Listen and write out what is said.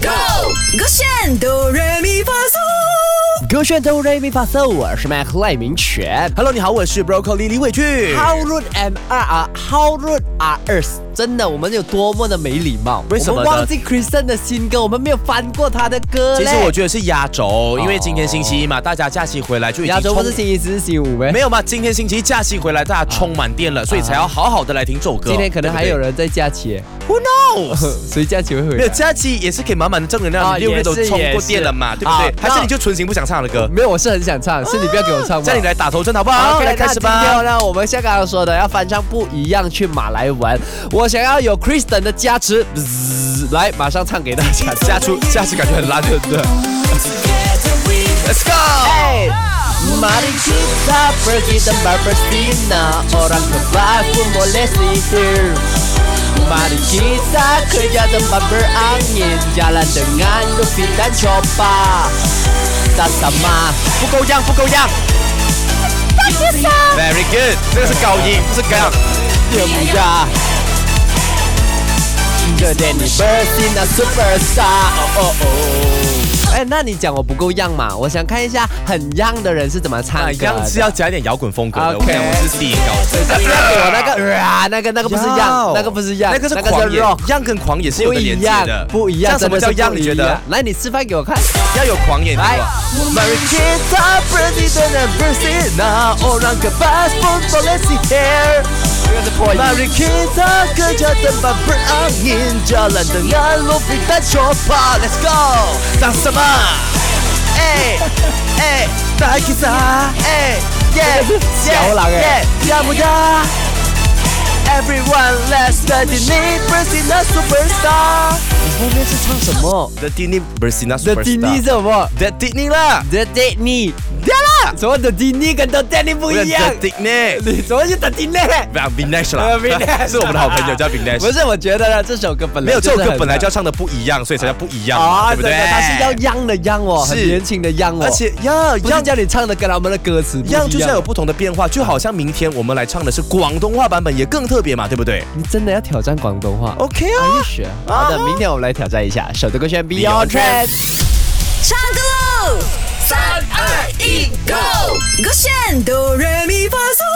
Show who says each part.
Speaker 1: Go！我选哆来咪发嗦。
Speaker 2: 歌炫都 r e mi fa so，我是 Mac 赖明全。
Speaker 3: Hello，你好，我是 Broccoli 李伟俊。
Speaker 2: How rude am I 啊？How rude are us？真的，我们有多么的没礼貌？
Speaker 3: 为什么
Speaker 2: 我
Speaker 3: 呢
Speaker 2: 们忘记 Kristen 的新歌，我们没有翻过他的歌
Speaker 3: 其
Speaker 2: 嘞。
Speaker 3: 实我觉得是压轴，因为今天星期一嘛，大家假期回来就已经
Speaker 2: 亚洲不是
Speaker 3: 充
Speaker 2: 星期四、星期五呗？
Speaker 3: 没有嘛？今天星期一假期回来，大家充满电了，所以才要好好的来听这首歌。
Speaker 2: 啊今天可能还有人在假期，
Speaker 3: 对啊不对 Who knows？
Speaker 2: 谁假期会回
Speaker 3: 没有
Speaker 2: 来？
Speaker 3: 假期也是可以满满的正能量，
Speaker 2: 啊
Speaker 3: 你六日都
Speaker 2: 也是
Speaker 3: 充
Speaker 2: 也
Speaker 3: 过
Speaker 2: 是
Speaker 3: 电了嘛，对不对
Speaker 2: 啊？
Speaker 3: 还是
Speaker 2: 那
Speaker 3: 你就存心不想唱的歌？
Speaker 2: 没有，我是很想唱，是你不要给我唱吧。
Speaker 3: 啊叫你来打头阵好不好？
Speaker 2: OK，
Speaker 3: 来开
Speaker 2: 那
Speaker 3: 始
Speaker 2: 今天
Speaker 3: 吧。
Speaker 2: 呢，我们像刚刚说的，要翻唱不一样去马来文。我想要有 Kristen 的加持，滋来马上唱给大家。
Speaker 3: 下出下次感觉很拉真的。Let's go！
Speaker 2: Hey, Mari kita pergi tempat bersina Orang kebaku boleh sihir Mari kita kerja tempat berangin Jalan dengan Luffy dan Choppa Tak sama
Speaker 3: 不够样，不够样。Very good，这个是高音，不是
Speaker 2: Oh
Speaker 3: 高。
Speaker 2: dia muda Gede ni bersina superstar Oh oh oh 哎，那你讲我不够样嘛？我想看一下很样的人是怎么唱
Speaker 3: 啊，
Speaker 2: 歌的。
Speaker 3: 样是要加一点摇滚风格的。我
Speaker 2: OK
Speaker 3: 跟你讲，我是低音高。
Speaker 2: 不要给我那个啊，那个那个不是样，那个不是样，
Speaker 3: 那个是
Speaker 2: 那个
Speaker 3: 狂
Speaker 2: 是
Speaker 3: 野
Speaker 2: rock，，
Speaker 3: 样跟狂野是有
Speaker 2: 不
Speaker 3: 的连
Speaker 2: 一
Speaker 3: 接
Speaker 2: 样
Speaker 3: 的，，
Speaker 2: 不一样。
Speaker 3: 像什么
Speaker 2: 真
Speaker 3: 叫
Speaker 2: 的
Speaker 3: 样？你
Speaker 2: 是不一
Speaker 3: 觉得
Speaker 2: 样？来，你示范给我看。
Speaker 3: 要有狂野？
Speaker 2: 来
Speaker 3: 来，
Speaker 2: ，Mari kita pergi dengan bersina orang kebas pun boleh sihir. Mari kita kerja tempat berangin jalan dengan Luffy dan Choppa. Let's go.
Speaker 3: 长什么？
Speaker 2: 哎哎，大吉萨，哎耶
Speaker 3: 小狼哎，
Speaker 2: 呀不呀？Everyone, let's study need person a superstar。你后面是唱什么
Speaker 3: The Disney versus 那
Speaker 2: ？The Disney 是什么
Speaker 3: The Disney 啦，
Speaker 2: ？The Disney，对啦，怎么 The Disney 跟 The Disney 不
Speaker 3: 不是
Speaker 2: 一
Speaker 3: The
Speaker 2: 样？
Speaker 3: Disney。
Speaker 2: 你怎么是 The Disney？
Speaker 3: 不要 Vinesh
Speaker 2: 呃
Speaker 3: 啦
Speaker 2: ，Vinesh
Speaker 3: 是我们的好朋友叫 Vinesh。
Speaker 2: 不是，我觉得呢，这首歌本来
Speaker 3: 没有这首
Speaker 2: 是
Speaker 3: 歌
Speaker 2: 很
Speaker 3: 本来就要唱的不一样，所以才叫不一样嘛，
Speaker 2: 啊，
Speaker 3: 对不对
Speaker 2: 真的？它是要央的央哦，很
Speaker 3: 是
Speaker 2: 年轻的央哦，
Speaker 3: 而且要
Speaker 2: 不是
Speaker 3: 要
Speaker 2: 叫你唱的跟他们的歌词不一
Speaker 3: 样
Speaker 2: 样
Speaker 3: 就是要有不同的变化，就好像明天我们来唱的是广东话版本，也更特别嘛，对不对
Speaker 2: 你真的要挑战广东话
Speaker 3: ？OK 啊。
Speaker 2: 不学。好的，明天我们来挑战一下，首的歌选
Speaker 3: Beyond
Speaker 2: Beyond Trend
Speaker 3: Trend。
Speaker 1: 唱歌喽！三二一，Go！我选哆来咪发嗦。